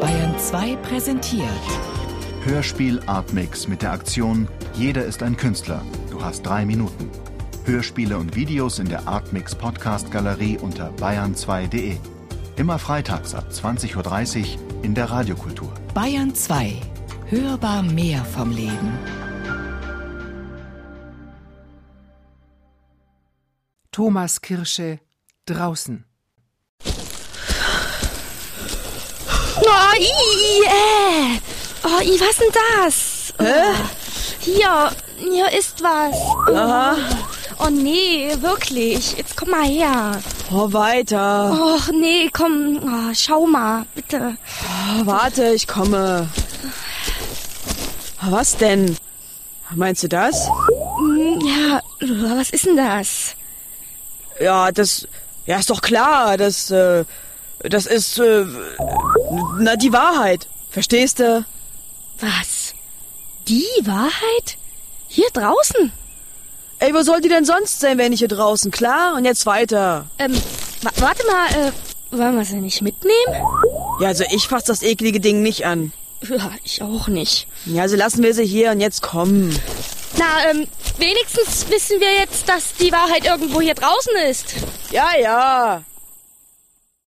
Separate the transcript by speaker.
Speaker 1: SWR2 präsentiert.
Speaker 2: Hörspiel Artmix mit der Aktion Jeder ist ein Künstler. Du hast drei Minuten. Hörspiele und Videos in der Artmix Podcast Galerie unter bayern2.de. Immer freitags ab 20.30 Uhr in der Radiokultur.
Speaker 1: Bayern 2. Hörbar mehr vom Leben.
Speaker 3: Thomas Kirsche draußen.
Speaker 4: Oh, i, i, äh. Oh, i, was denn das? Oh. Hier, hier ist was. Oh. oh nee, wirklich. Jetzt komm mal her.
Speaker 5: Oh, weiter.
Speaker 4: Och nee, komm. Oh, schau mal, bitte.
Speaker 5: Oh, warte, ich komme. Oh, Was denn? Meinst du das?
Speaker 4: Hm, Ja, oh, was ist denn das?
Speaker 5: Ja, das. Ja, ist doch klar. Das, äh, das ist, äh, na, die Wahrheit. Verstehst du?
Speaker 4: Was? Die Wahrheit? Hier draußen?
Speaker 5: Ey, wo soll die denn sonst sein, wenn ich hier draußen? Klar, und jetzt weiter.
Speaker 4: Ähm, wa warte mal, äh, wollen wir sie nicht mitnehmen?
Speaker 5: Ja, also ich fass das eklige Ding nicht an.
Speaker 4: Ja, ich auch nicht.
Speaker 5: Ja, also lassen wir sie hier und jetzt kommen.
Speaker 4: Na, ähm, wenigstens wissen wir jetzt, dass die Wahrheit irgendwo hier draußen ist.
Speaker 5: Ja, ja.